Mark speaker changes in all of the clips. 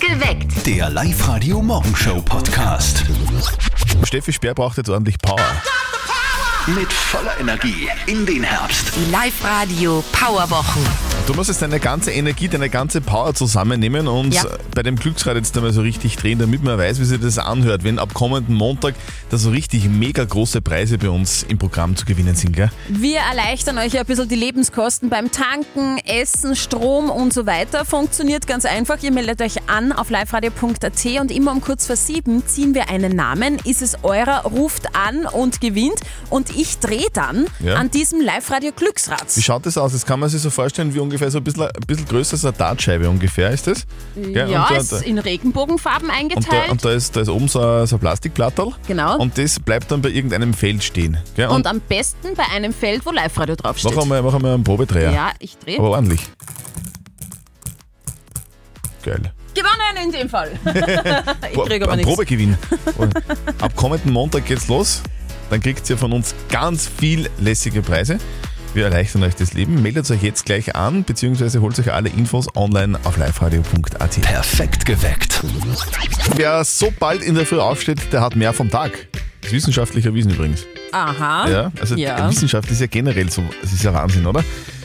Speaker 1: Geweckt.
Speaker 2: Der Live-Radio-Morgenshow-Podcast.
Speaker 3: Steffi Speer braucht jetzt ordentlich Power.
Speaker 2: Mit voller Energie in den Herbst.
Speaker 4: Die Live-Radio Powerwochen.
Speaker 3: Du musst jetzt deine ganze Energie, deine ganze Power zusammennehmen und
Speaker 4: Ja.
Speaker 3: bei dem Glücksrad jetzt einmal so richtig drehen, damit man weiß, wie sich das anhört, wenn ab kommenden Montag da so richtig mega große Preise bei uns im Programm zu gewinnen sind, gell?
Speaker 5: Wir erleichtern euch ja ein bisschen die Lebenskosten beim Tanken, Essen, Strom und so weiter. Funktioniert ganz einfach. Ihr meldet euch an auf liveradio.at und immer um kurz vor sieben ziehen wir einen Namen. Ist es eurer, ruft an und gewinnt. Und ich drehe dann
Speaker 3: Ja.
Speaker 5: an diesem Live-Radio Glücksrad.
Speaker 3: Wie schaut das aus? Das kann man sich so vorstellen, wie ungefähr so ein bisschen, ein bisschen größer als eine Dartscheibe ungefähr ist das. Gell?
Speaker 5: Ja,
Speaker 3: und,
Speaker 5: ist
Speaker 3: da,
Speaker 5: in Regenbogenfarben
Speaker 3: und, da,
Speaker 5: eingeteilt.
Speaker 3: und da, ist, da ist oben so ein, so ein Plastikplatterl.
Speaker 5: Genau.
Speaker 3: Und das bleibt dann bei irgendeinem Feld stehen. Gell?
Speaker 5: Und am besten bei einem Feld, wo Live-Radio draufsteht.
Speaker 3: mach einmal, mach einmal einen Probedreher.
Speaker 5: Ja, ich drehe.
Speaker 3: Aber ordentlich. Geil.
Speaker 5: Gewonnen in dem Fall. Ah, ich
Speaker 3: Pro-
Speaker 5: kriege aber
Speaker 3: ein
Speaker 5: nichts.
Speaker 3: Probegewinn. Ab kommenden Montag geht's los. Dann kriegt ihr von uns ganz viel lässige Preise. Wir erleichtern euch das Leben. Meldet euch jetzt gleich an, beziehungsweise holt euch alle Infos online auf liveradio.at.
Speaker 2: Perfekt geweckt.
Speaker 3: Wer so bald in der Früh aufsteht, der hat mehr vom Tag. Das ist wissenschaftlich erwiesen übrigens.
Speaker 5: Aha.
Speaker 3: Ja, also
Speaker 5: Ja.
Speaker 3: Wissenschaft ist ja generell so, es ist ja Wahnsinn, oder?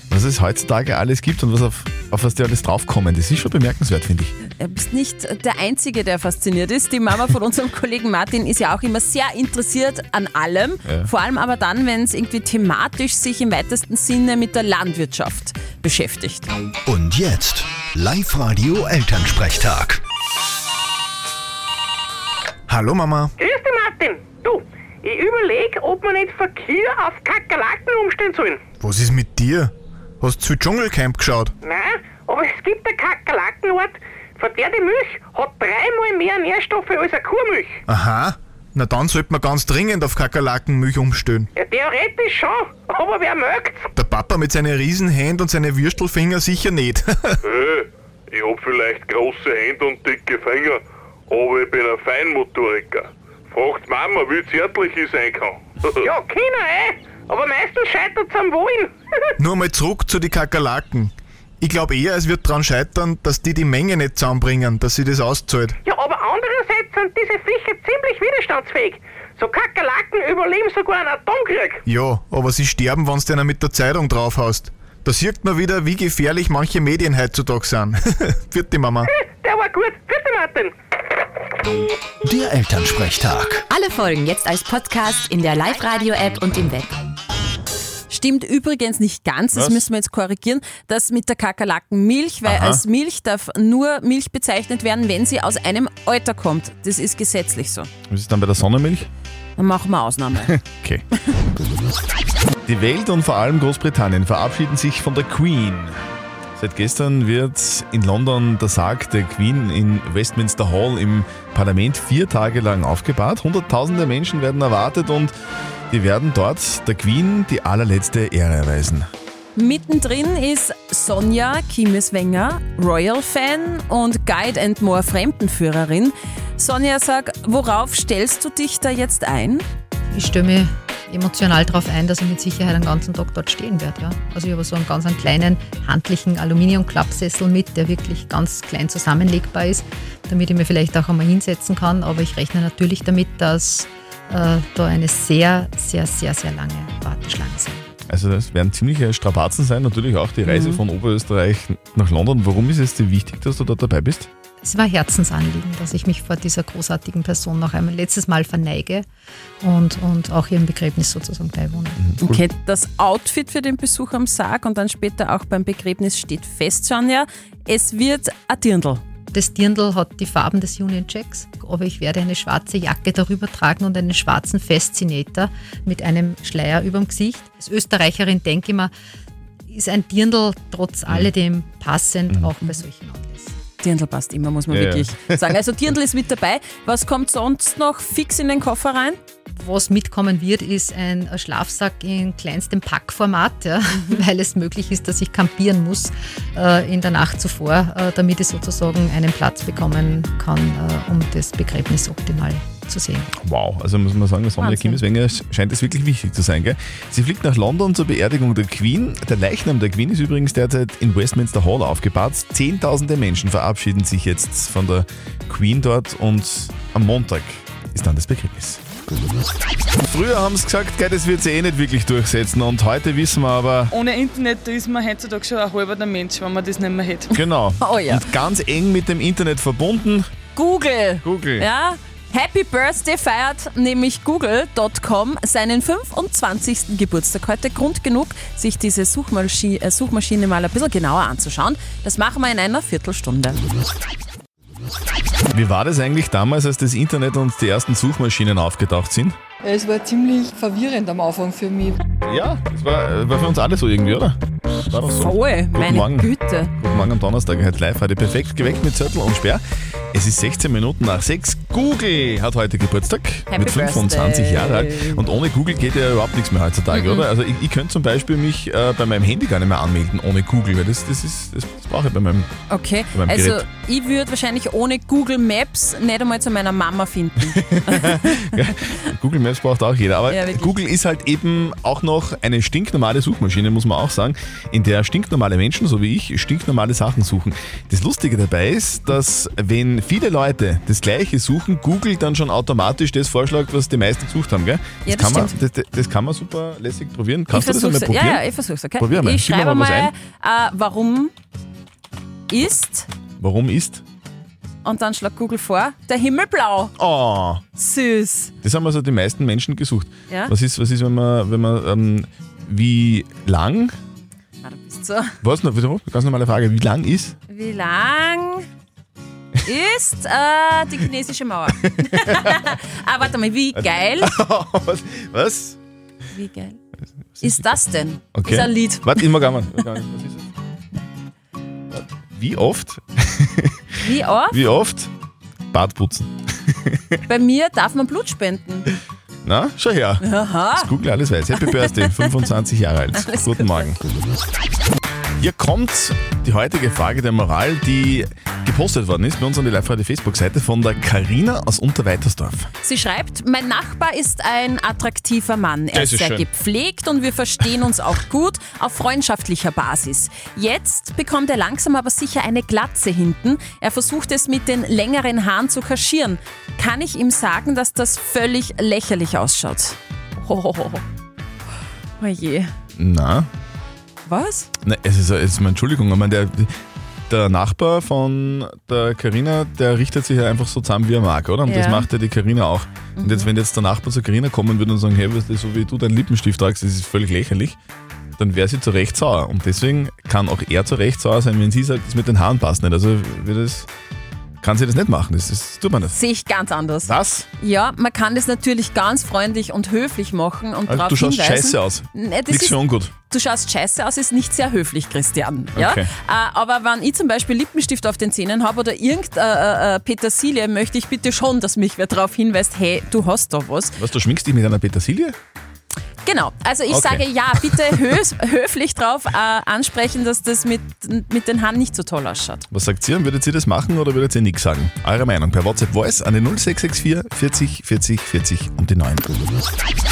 Speaker 3: Was es heutzutage alles gibt und was auf, auf was die alles draufkommen, das ist schon bemerkenswert, finde ich.
Speaker 5: Du bist nicht der Einzige, der fasziniert ist. Die Mama von unserem Kollegen Martin ist ja auch immer sehr interessiert an allem.
Speaker 3: Ja.
Speaker 5: Vor allem aber dann, wenn es irgendwie thematisch sich im weitesten Sinne mit der Landwirtschaft beschäftigt.
Speaker 2: Und jetzt Live-Radio Elternsprechtag.
Speaker 3: Hallo Mama.
Speaker 6: Grüß dich, Martin. Du, ich überlege, ob wir nicht Verkehr auf Kakerlaken umstellen sollen.
Speaker 7: Was ist mit dir? Hast du zu Dschungelcamp geschaut?
Speaker 6: Nein, aber es gibt eine Kakerlakenart, von der die Milch hat dreimal mehr Nährstoffe als eine Kuhmilch.
Speaker 7: Aha, na dann sollte man ganz dringend auf Kakerlakenmilch umstellen.
Speaker 6: Ja, theoretisch schon, aber wer mögt's?
Speaker 7: Der Papa mit seinen Riesenhänden und seinen Würstelfinger sicher nicht.
Speaker 8: Ich hab vielleicht große Hände und dicke Finger, aber ich bin ein Feinmotoriker. Fragt Mama, wie zärtlich ich sein kann.
Speaker 6: Ja, Kinder, eh, aber meistens scheitert's am Wollen.
Speaker 7: Nur mal zurück zu den Kakerlaken. Ich glaube eher, es wird daran scheitern, dass die die Menge nicht zusammenbringen, dass sie das auszahlt.
Speaker 6: ja, aber andererseits sind diese Viecher ziemlich widerstandsfähig. So Kakerlaken überleben sogar einen Atomkrieg.
Speaker 7: Ja, aber sie sterben, wenn du denen mit der Zeitung draufhaust. Da sieht man wieder, wie gefährlich manche Medien heutzutage sind. Vierte Mama.
Speaker 6: Der war gut. Bitte, Martin.
Speaker 2: Der Elternsprechtag.
Speaker 4: Alle Folgen jetzt als Podcast in der Live-Radio-App und im Web.
Speaker 5: Stimmt übrigens nicht ganz, das
Speaker 3: Was?
Speaker 5: müssen wir jetzt korrigieren, das mit der Kakerlakenmilch, weil
Speaker 3: Aha.
Speaker 5: als Milch darf nur Milch bezeichnet werden, wenn sie aus einem Euter kommt. Das ist gesetzlich so.
Speaker 3: Was ist dann bei der Sonnenmilch?
Speaker 5: Dann machen wir Ausnahme.
Speaker 3: Okay. Die Welt und vor allem Großbritannien verabschieden sich von der Queen. Seit gestern wird in London der Sarg der Queen in Westminster Hall im Parlament vier Tage lang aufgebahrt. Hunderttausende Menschen werden erwartet und die werden dort der Queen die allerletzte Ehre erweisen.
Speaker 5: Mittendrin ist Sonja Kimmeswenger, Royal-Fan und Guide and More Fremdenführerin. Sonja, sag, worauf stellst du dich da jetzt ein?
Speaker 9: Ich stelle mich emotional darauf ein, dass ich mit Sicherheit einen ganzen Tag dort stehen werde. Ja. Also ich habe so einen ganz einen kleinen, handlichen Aluminium-Klappsessel mit, der wirklich ganz klein zusammenlegbar ist, damit ich mir vielleicht auch einmal hinsetzen kann. Aber ich rechne natürlich damit, dass äh, da eine sehr, sehr, sehr, sehr lange Warteschlange sein wird.
Speaker 3: Also das werden ziemliche Strapazen sein, natürlich auch die Reise von Oberösterreich nach London. Warum ist es dir wichtig, dass du dort dabei bist?
Speaker 9: Es war Herzensanliegen, dass ich mich vor dieser großartigen Person noch einmal letztes Mal verneige und, und auch ihrem Begräbnis sozusagen beiwohne.
Speaker 5: Okay, das Outfit für den Besuch am Sarg und dann später auch beim Begräbnis steht fest, Sonja. Es wird ein Dirndl.
Speaker 9: Das Dirndl hat die Farben des Union Jacks, aber ich werde eine schwarze Jacke darüber tragen und einen schwarzen Fascinator mit einem Schleier überm Gesicht. Als Österreicherin denke ich mir, ist ein Dirndl trotz alledem passend, auch bei solchen Anlässen.
Speaker 5: Dirndl passt immer, muss man
Speaker 3: Ja, ja.
Speaker 5: wirklich sagen. Also Dirndl ist mit dabei. Was kommt sonst noch fix in den Koffer rein?
Speaker 9: Was mitkommen wird, ist ein Schlafsack in kleinstem Packformat, ja, weil es möglich ist, dass ich kampieren muss äh, in der Nacht zuvor, äh, damit ich sozusagen einen Platz bekommen kann, äh, um das Begräbnis optimal zu sehen.
Speaker 3: Wow, also muss man sagen, Sonja
Speaker 5: Wahnsinn.
Speaker 3: Kimmelswenger scheint es wirklich wichtig zu sein. Gell? Sie fliegt nach London zur Beerdigung der Queen. Der Leichnam der Queen ist übrigens derzeit in Westminster Hall aufgebahrt. Zehntausende Menschen verabschieden sich jetzt von der Queen dort und am Montag ist dann das Begräbnis. Früher haben sie gesagt, gell, das wird sie eh nicht wirklich durchsetzen und heute wissen wir aber,
Speaker 1: Ohne Internet da ist man heutzutage schon ein halber der Mensch, wenn man das nicht mehr hätte.
Speaker 3: genau,
Speaker 5: Oh ja.
Speaker 3: und ganz eng mit dem Internet verbunden.
Speaker 5: Google.
Speaker 3: Google.
Speaker 5: Ja. Happy Birthday feiert nämlich Google.com seinen 25. Geburtstag heute. Grund genug, sich diese Suchmaschi äh, Suchmaschine mal ein bisschen genauer anzuschauen. Das machen wir in einer Viertelstunde.
Speaker 3: Wie war das eigentlich damals, als das Internet und die ersten Suchmaschinen aufgetaucht sind?
Speaker 10: Es war ziemlich verwirrend am Anfang für mich.
Speaker 3: Ja, das war, war für uns alle so irgendwie, oder? War doch so.
Speaker 5: Voll, meine
Speaker 3: Morgen.
Speaker 5: Güte.
Speaker 3: Guten Morgen am Donnerstag, heute live, heute perfekt geweckt mit Zettel und Sperr. Es ist 16 Minuten nach 6. Google hat heute Geburtstag
Speaker 5: Happy
Speaker 3: mit 25
Speaker 5: Birthday. Mhm.
Speaker 3: Jahren alt. Und ohne Google geht ja überhaupt nichts mehr heutzutage, oder? Also ich, ich könnte zum Beispiel mich äh, bei meinem Handy gar nicht mehr anmelden ohne Google, weil das, das, ist, das, das brauche ich bei meinem...
Speaker 5: Okay,
Speaker 3: Beim Gerät.
Speaker 5: also ich würde wahrscheinlich ohne Google Maps nicht einmal zu meiner Mama finden.
Speaker 3: Google Maps braucht auch jeder. Aber
Speaker 5: Ja, wirklich.
Speaker 3: Google ist halt eben auch noch eine stinknormale Suchmaschine, muss man auch sagen, in der stinknormale Menschen, so wie ich, stinknormale Sachen suchen. Das Lustige dabei ist, dass wenn viele Leute das Gleiche suchen, Google dann schon automatisch das vorschlägt, was die meisten gesucht haben. Gell?
Speaker 5: Ja, das
Speaker 3: kann man,
Speaker 5: stimmt.
Speaker 3: das, das- das kann man super lässig probieren. Kannst du das einmal
Speaker 5: versuch's.
Speaker 3: probieren?
Speaker 5: ja, ja, ich versuch's, okay?
Speaker 3: Probier mal.
Speaker 5: Ich
Speaker 3: Gib mir
Speaker 5: schreibe
Speaker 3: mal was
Speaker 5: mal, äh, warum ist
Speaker 3: Warum ist...
Speaker 5: und dann schlägt Google vor, der Himmel blau.
Speaker 3: Oh,
Speaker 5: Süß.
Speaker 3: das haben also die meisten Menschen gesucht.
Speaker 5: Ja.
Speaker 3: Was ist, was ist wenn man... Wenn man ähm, wie lang...
Speaker 5: Na, du bist so.
Speaker 3: Was noch? Ganz normale Frage. Wie lang ist...
Speaker 5: Wie lang ist äh, die chinesische Mauer? ah, warte mal, wie geil,
Speaker 3: Was? Was?
Speaker 5: wie geil ist das denn?
Speaker 3: Okay.
Speaker 5: Ist ein Lied.
Speaker 3: Warte, immer gar nicht. Was ist das? Wie oft?
Speaker 5: Wie oft?
Speaker 3: Wie oft? Bart putzen.
Speaker 5: Bei mir darf man Blut spenden.
Speaker 3: Na, schau her.
Speaker 5: Aha.
Speaker 3: Das Google alles weiß. Happy Birthday, 25 Jahre alt.
Speaker 5: Alles
Speaker 3: Guten
Speaker 5: Gute.
Speaker 3: Morgen. Hier kommt die heutige Frage der Moral, die gepostet worden ist bei uns an die live Facebook-Seite von der Karina aus Unterweitersdorf.
Speaker 5: Sie schreibt, mein Nachbar ist ein attraktiver Mann. Er
Speaker 3: Das
Speaker 5: ist,
Speaker 3: ist
Speaker 5: sehr
Speaker 3: schön.
Speaker 5: gepflegt und wir verstehen uns auch gut auf freundschaftlicher Basis. Jetzt bekommt er langsam aber sicher eine Glatze hinten. Er versucht es mit den längeren Haaren zu kaschieren. Kann ich ihm sagen, dass das völlig lächerlich ausschaut? Hohoho. Oje.
Speaker 3: Na,
Speaker 5: Was?
Speaker 3: Na, Ne, es ist, es ist meine Entschuldigung, ich meine, der, der Nachbar von der Karina, der richtet sich ja einfach so zusammen, wie er mag, oder? Und das
Speaker 5: Ja. Mhm.
Speaker 3: macht ja die Karina auch. Und jetzt, wenn jetzt der Nachbar zur Karina kommen würde und sagen, hey, weißt du, so wie du deinen Lippenstift tragst, das ist völlig lächerlich, dann wäre sie zu Recht sauer. Und deswegen kann auch er zu Recht sauer sein, wenn sie sagt, das mit den Haaren passt nicht. Also wird das, kann sie das nicht machen, das, das tut man nicht.
Speaker 5: Sehe ich ganz anders.
Speaker 3: Was?
Speaker 5: Ja, man kann das natürlich ganz freundlich und höflich machen und
Speaker 3: Also,
Speaker 5: darauf
Speaker 3: du schaust
Speaker 5: hinweisen.
Speaker 3: scheiße aus.
Speaker 5: Nee, das
Speaker 3: Nichts
Speaker 5: ist
Speaker 3: für ungut.
Speaker 5: du schaust scheiße aus, ist nicht sehr höflich, Christian. Ja?
Speaker 3: Okay.
Speaker 5: Äh, aber wenn ich zum Beispiel Lippenstift auf den Zähnen habe oder irgendeine äh, äh, Petersilie, möchte ich bitte schon, dass mich wer darauf hinweist, hey, du hast da was.
Speaker 3: Was, du schminkst dich mit einer Petersilie?
Speaker 5: Genau, also ich
Speaker 3: Okay.
Speaker 5: sage ja, bitte hös- höflich drauf äh, ansprechen, dass das mit, mit den Haaren nicht so toll ausschaut.
Speaker 3: Was sagt ihr? Würdet ihr das machen oder würdet ihr nichts sagen? Eure Meinung per WhatsApp Voice an die 0664 40 40 40 und die 9.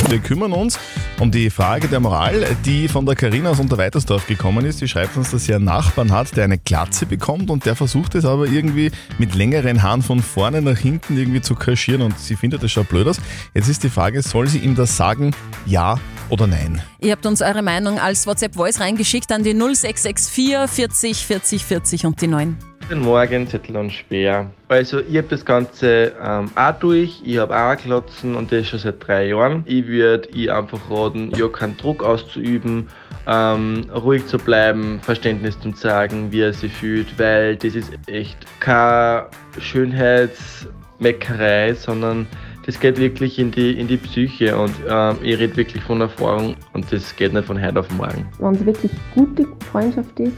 Speaker 3: Wir kümmern uns um die Frage der Moral, die von der Karina aus Unterweitersdorf gekommen ist. Sie schreibt uns, dass sie einen Nachbarn hat, der eine Glatze bekommt und der versucht es aber irgendwie mit längeren Haaren von vorne nach hinten irgendwie zu kaschieren und sie findet das schon blöd aus. Jetzt ist die Frage, soll sie ihm das sagen, ja oder nein?
Speaker 5: Ihr habt uns eure Meinung als WhatsApp-Voice reingeschickt an die 0664 40 40 40 und die 9.
Speaker 10: Guten Morgen, Zettel und Speer. Also, ich habe das Ganze ähm, auch durch. Ich habe auch Glotzen und das schon seit drei Jahren. Ich würde ihr einfach raten, ja, keinen Druck auszuüben, ähm, ruhig zu bleiben, Verständnis zu zeigen, wie er sich fühlt, weil das ist echt keine Schönheitsmeckerei, sondern das geht wirklich in die, in die Psyche und ähm, ich rede wirklich von Erfahrung und das geht nicht von heute auf morgen.
Speaker 1: Wenn es wirklich gute Freundschaft ist,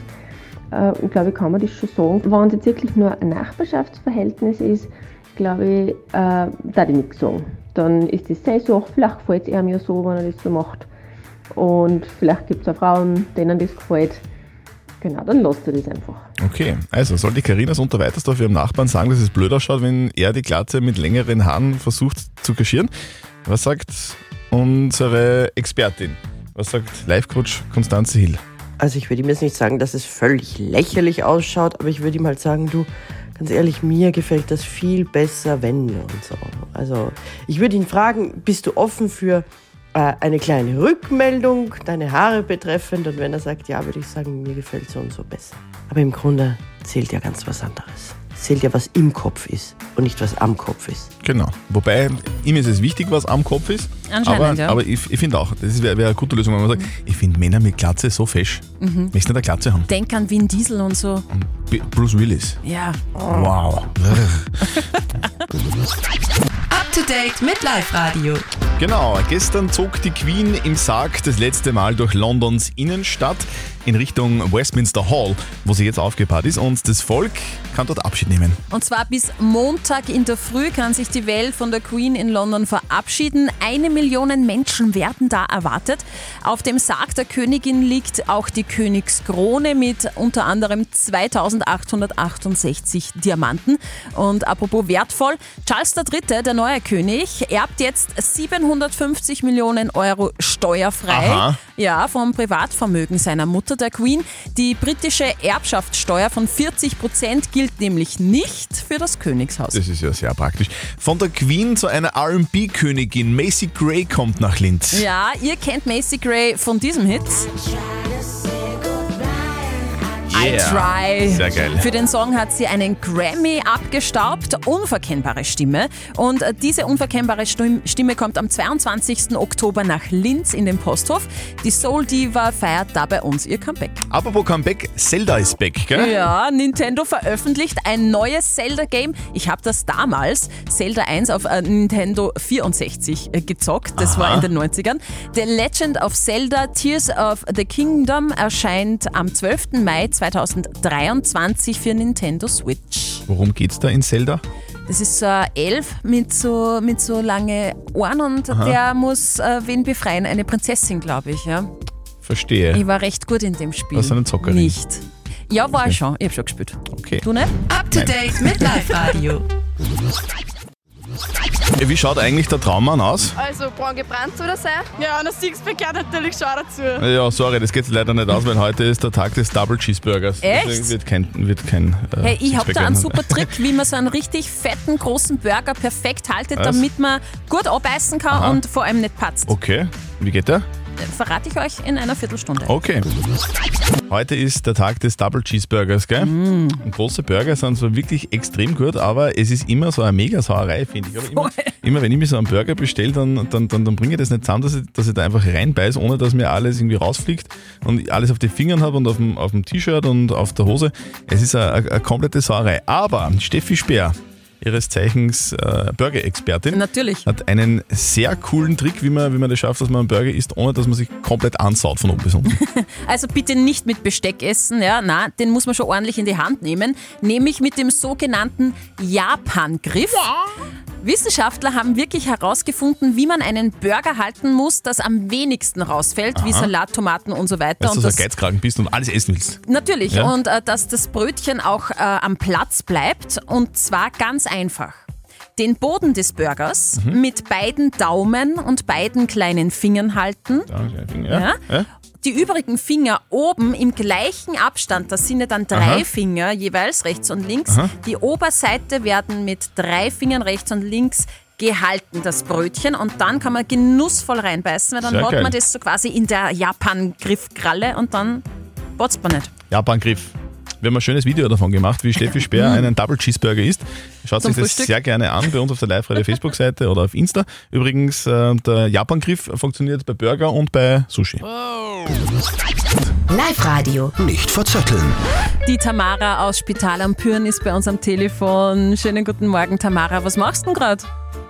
Speaker 1: äh, ich glaube, kann man das schon sagen. Wenn es jetzt wirklich nur ein Nachbarschaftsverhältnis ist, glaube ich, äh, da ich nichts sagen. Dann ist das seine Sache, vielleicht gefällt es ihm ja so, wenn er das so macht. Und vielleicht gibt es auch Frauen, denen das gefällt. Genau, dann lasst ihr das einfach.
Speaker 3: Okay, also soll die Karina so unter Weitersdorf ihrem Nachbarn sagen, dass es blöd ausschaut, wenn er die Glatte mit längeren Haaren versucht zu kaschieren? Was sagt unsere Expertin? Was sagt Live-Coach Konstanze Hill?
Speaker 11: Also ich würde ihm jetzt nicht sagen, dass es völlig lächerlich ausschaut, aber ich würde ihm halt sagen, du, ganz ehrlich, mir gefällt das viel besser, wenn und so. Also ich würde ihn fragen, bist du offen für äh, eine kleine Rückmeldung, deine Haare betreffend? Und wenn er sagt, ja, würde ich sagen, mir gefällt so und so besser. Aber im Grunde zählt ja ganz was anderes. Es zählt ja, was im Kopf ist und nicht was am Kopf ist.
Speaker 3: Genau. Wobei, ihm ist es wichtig, was am Kopf ist.
Speaker 5: Anscheinend,
Speaker 3: aber,
Speaker 5: ja.
Speaker 3: aber ich, ich finde auch, das wäre wär eine gute Lösung, wenn man sagt, ich finde Männer mit Glatze so fesch.
Speaker 5: Mhm.
Speaker 3: Möchtest du nicht eine Glatze haben?
Speaker 5: Denk an Vin Diesel und so.
Speaker 3: B- Bruce Willis.
Speaker 5: Ja.
Speaker 3: Wow.
Speaker 4: Up to date mit Live Radio.
Speaker 3: Genau, gestern zog die Queen im Sarg das letzte Mal durch Londons Innenstadt in Richtung Westminster Hall, wo sie jetzt aufgebahrt ist und das Volk kann dort Abschied nehmen.
Speaker 5: Und zwar bis Montag in der Früh kann sich die Welt von der Queen in London verabschieden. Eine Million Menschen werden da erwartet. Auf dem Sarg der Königin liegt auch die Königskrone mit unter anderem 2868 Diamanten. Und apropos wertvoll, Charles III., der neue König, erbt jetzt 750 Millionen Euro steuerfrei.
Speaker 12: Aha.
Speaker 5: Ja, vom Privatvermögen seiner Mutter, der Queen. Die britische Erbschaftssteuer von 40% gilt nämlich nicht für das Königshaus.
Speaker 3: Das ist ja sehr praktisch. Von der Queen zu einer RB-Königin, Macy Gray kommt nach Linz.
Speaker 5: Ja, ihr kennt Macy Gray von diesem Hit. I Try.
Speaker 3: Sehr geil.
Speaker 5: Für den Song hat sie einen Grammy abgestaubt. Unverkennbare Stimme. Und äh, diese unverkennbare Stimm- Stimme kommt am 22. Oktober nach Linz in den Posthof. Die Soul Diva feiert da bei uns ihr Comeback.
Speaker 3: Apropos Comeback, Zelda ist back, gell?
Speaker 5: Ja, Nintendo veröffentlicht ein neues Zelda-Game. Ich habe das damals, Zelda 1, auf äh, Nintendo 64 äh, gezockt. Das
Speaker 12: Aha.
Speaker 5: war in den 90ern. The Legend of Zelda Tears of the Kingdom erscheint am 12. Mai 2023 für Nintendo Switch.
Speaker 3: Worum geht's da in Zelda?
Speaker 5: Das ist so ein Elf mit so, mit so lange Ohren und
Speaker 3: Aha.
Speaker 5: der muss äh, wen befreien? Eine Prinzessin, glaube ich. Ja.
Speaker 3: Verstehe.
Speaker 5: Ich war recht gut in dem Spiel.
Speaker 3: Was eine Zockerin.
Speaker 5: Nicht. Ja, war
Speaker 3: Okay.
Speaker 5: ich schon. Ich habe schon gespielt.
Speaker 3: Okay.
Speaker 5: Du nicht?
Speaker 4: Up to
Speaker 3: Nein.
Speaker 4: date mit Live Radio.
Speaker 3: Wie schaut eigentlich der Traummann aus?
Speaker 13: Also braun gebrannt oder so? Ja, und das Sixpack gehört natürlich schon dazu.
Speaker 3: Ja, sorry, das geht leider nicht aus, weil heute ist der Tag des Double Cheeseburgers.
Speaker 5: Echt?
Speaker 3: Deswegen wird kein. Wird kein äh,
Speaker 5: Hey, ich habe
Speaker 3: Sixpack
Speaker 5: da
Speaker 3: werden.
Speaker 5: einen super Trick, wie man so einen richtig fetten, großen Burger perfekt haltet,
Speaker 3: Was?
Speaker 5: damit man gut abbeißen kann
Speaker 3: Aha.
Speaker 5: und vor allem nicht patzt.
Speaker 3: Okay, wie geht der?
Speaker 5: Verrate ich euch in einer Viertelstunde.
Speaker 3: Okay. Heute ist der Tag des Double Cheeseburgers, gell? Und große Burger sind so wirklich extrem gut, aber es ist immer so eine Mega-Sauerei, finde ich. Aber immer, immer wenn ich mir so einen Burger bestelle, dann, dann, dann, dann bringe ich das nicht zusammen, dass ich, dass ich da einfach reinbeiße, ohne dass mir alles irgendwie rausfliegt und ich alles auf den Fingern habe und auf dem, auf dem T-Shirt und auf der Hose. Es ist eine, eine eine komplette Sauerei. Aber Steffi Speer, ihres Zeichens äh, Burger-Expertin,
Speaker 5: Natürlich.
Speaker 3: hat einen sehr coolen Trick, wie man, wie man das schafft, dass man einen Burger isst, ohne dass man sich komplett ansaut von oben bis unten.
Speaker 5: Also bitte nicht mit Besteck essen, ja, na, den muss man schon ordentlich in die Hand nehmen, nämlich mit dem sogenannten Japan-Griff. Wissenschaftler haben wirklich herausgefunden, wie man einen Burger halten muss, das am wenigsten rausfällt, wie
Speaker 3: Aha.
Speaker 5: Salat, Tomaten und so weiter.
Speaker 3: Weißt du, dass
Speaker 5: und das-
Speaker 3: du ein Geizkragen bist und alles essen willst.
Speaker 5: Natürlich.
Speaker 3: Ja.
Speaker 5: Und äh, dass das Brötchen auch äh, am Platz bleibt. Und zwar ganz einfach. Den Boden des Burgers
Speaker 3: Mhm.
Speaker 5: mit beiden Daumen und beiden kleinen Fingern halten. Ja. Die übrigen Finger oben im gleichen Abstand, das sind ja dann drei
Speaker 3: Aha.
Speaker 5: Finger jeweils rechts und links.
Speaker 3: Aha.
Speaker 5: Die Oberseite werden mit drei Fingern rechts und links gehalten, das Brötchen. Und dann kann man genussvoll reinbeißen, weil dann
Speaker 3: Sehr
Speaker 5: hat
Speaker 3: geil.
Speaker 5: man das so quasi in der Japan-Griffkralle und dann botzt man nicht.
Speaker 3: Japan-Griff. Wir haben ein schönes Video davon gemacht, wie Steffi Speer einen Double Cheeseburger isst. Schaut
Speaker 5: Zum
Speaker 3: sich das
Speaker 5: Frühstück.
Speaker 3: sehr gerne an bei uns auf der Live-Radio-Facebook-Seite oder auf Insta. Übrigens, äh, der Japan-Griff funktioniert bei Burger und bei Sushi.
Speaker 4: Live Radio.
Speaker 2: Nicht verzetteln.
Speaker 5: Die Tamara aus Spital am Pyren ist bei uns am Telefon. Schönen guten Morgen, Tamara. Was machst du denn gerade?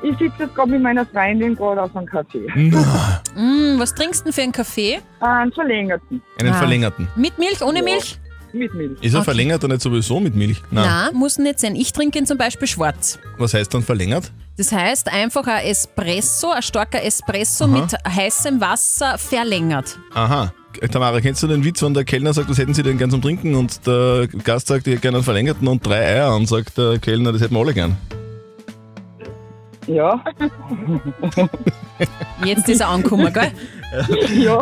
Speaker 14: Ich sitze jetzt gerade mit meiner Freundin gerade auf einem Kaffee.
Speaker 5: Mm, was trinkst du denn für einen Kaffee?
Speaker 14: Einen verlängerten.
Speaker 3: Einen verlängerten.
Speaker 5: Mit Milch, ohne Milch?
Speaker 14: Mit Milch.
Speaker 3: Ist er verlängert und nicht sowieso mit Milch? Nein.
Speaker 5: Na, muss nicht sein. Ich trinke ihn zum Beispiel schwarz.
Speaker 3: Was heißt dann verlängert?
Speaker 5: Das heißt einfach ein Espresso, ein starker Espresso
Speaker 3: Aha.
Speaker 5: mit heißem Wasser verlängert.
Speaker 3: Aha. Äh, Tamara, kennst du den Witz, wenn der Kellner sagt, was hätten Sie denn gern zum Trinken? Und der Gast sagt, ich hätte gerne einen verlängerten und drei Eier. Und sagt der Kellner, das hätten wir alle gern.
Speaker 14: Ja.
Speaker 5: Jetzt ist er angekommen, gell?
Speaker 14: ja.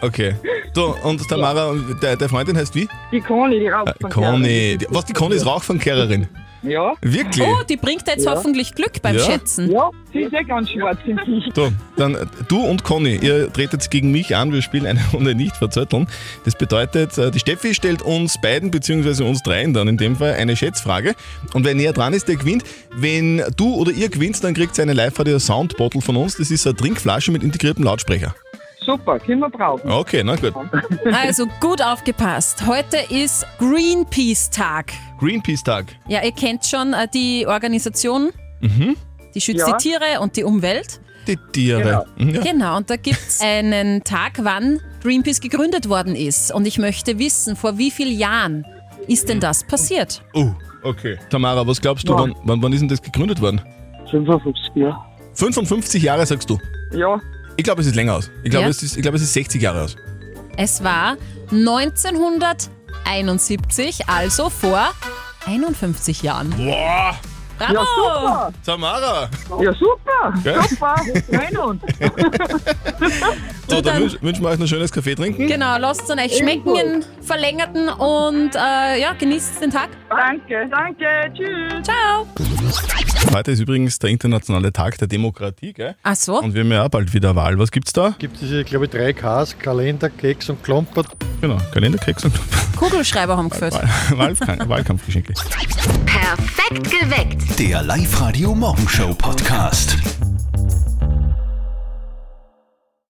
Speaker 3: Okay. So, und Tamara, der, der Freundin heißt wie?
Speaker 14: Die Conny, die Rauchfangkehrerin.
Speaker 3: Conny. Die- Was, die Conny ist Rauchfangkehrerin?
Speaker 14: Ja.
Speaker 3: Wirklich?
Speaker 5: Oh, die bringt da jetzt
Speaker 3: Ja.
Speaker 5: hoffentlich Glück beim
Speaker 3: Ja.
Speaker 5: Schätzen.
Speaker 14: Ja, sie ist ja ganz schwarz im Gesicht.
Speaker 3: So, dann äh, du und Conny, ihr tretet gegen mich an, wir spielen eine Runde nicht verzötteln. Das bedeutet, äh, die Steffi stellt uns beiden, beziehungsweise uns dreien dann in dem Fall, eine Schätzfrage. Und wer näher dran ist, der gewinnt. Wenn du oder ihr gewinnt, dann kriegt ihr eine Live-Radio-Soundbottle von uns. Das ist eine Trinkflasche mit integriertem Lautsprecher.
Speaker 14: Super, können wir brauchen.
Speaker 3: Okay, na gut.
Speaker 5: Also gut aufgepasst. Heute ist Greenpeace-Tag.
Speaker 3: Greenpeace-Tag.
Speaker 5: Ja, ihr kennt schon äh, die Organisation,
Speaker 3: Mhm.
Speaker 5: die schützt
Speaker 3: Ja.
Speaker 5: die Tiere und die Umwelt.
Speaker 3: Die Tiere. Mhm. Ja.
Speaker 5: Genau, und da gibt es einen Tag, wann Greenpeace gegründet worden ist. Und ich möchte wissen, vor wie vielen Jahren ist denn das passiert?
Speaker 3: Oh, okay. Tamara, was glaubst du,
Speaker 5: Ja.
Speaker 3: wann, wann, wann ist denn das gegründet worden?
Speaker 14: 55 Jahre.
Speaker 3: 55 Jahre, sagst du?
Speaker 14: Ja.
Speaker 3: Ich glaube, es ist länger aus. Ich glaube,
Speaker 5: Ja?
Speaker 3: es, ist- ich glaube, es ist 60 Jahre aus.
Speaker 5: Es war 1971, also vor 51 Jahren.
Speaker 3: Boah!
Speaker 5: Bravo!
Speaker 3: Tamara!
Speaker 14: Ja, super.
Speaker 3: Gell?
Speaker 14: Super, wir freuen uns.
Speaker 3: So, dann wünsch- wünschen wir euch ein schönes Kaffee trinken.
Speaker 5: Genau, lasst es euch schmecken, in verlängerten und äh, ja, genießt den Tag.
Speaker 14: Danke, danke, tschüss.
Speaker 5: Ciao.
Speaker 3: Heute ist übrigens der internationale Tag der Demokratie, gell?
Speaker 5: Ach so.
Speaker 3: Und wir haben ja auch bald wieder Wahl. Was gibt's da?
Speaker 12: Gibt diese, glaube ich, drei Ks, Kalender, Keks und Klompert.
Speaker 3: Genau, Kalenderkeks und
Speaker 5: Kugelschreiber haben geführt.
Speaker 3: Wahlkampf- Wahlkampfgeschenke.
Speaker 4: Perfekt geweckt.
Speaker 2: Der Live-Radio Morgenshow Podcast.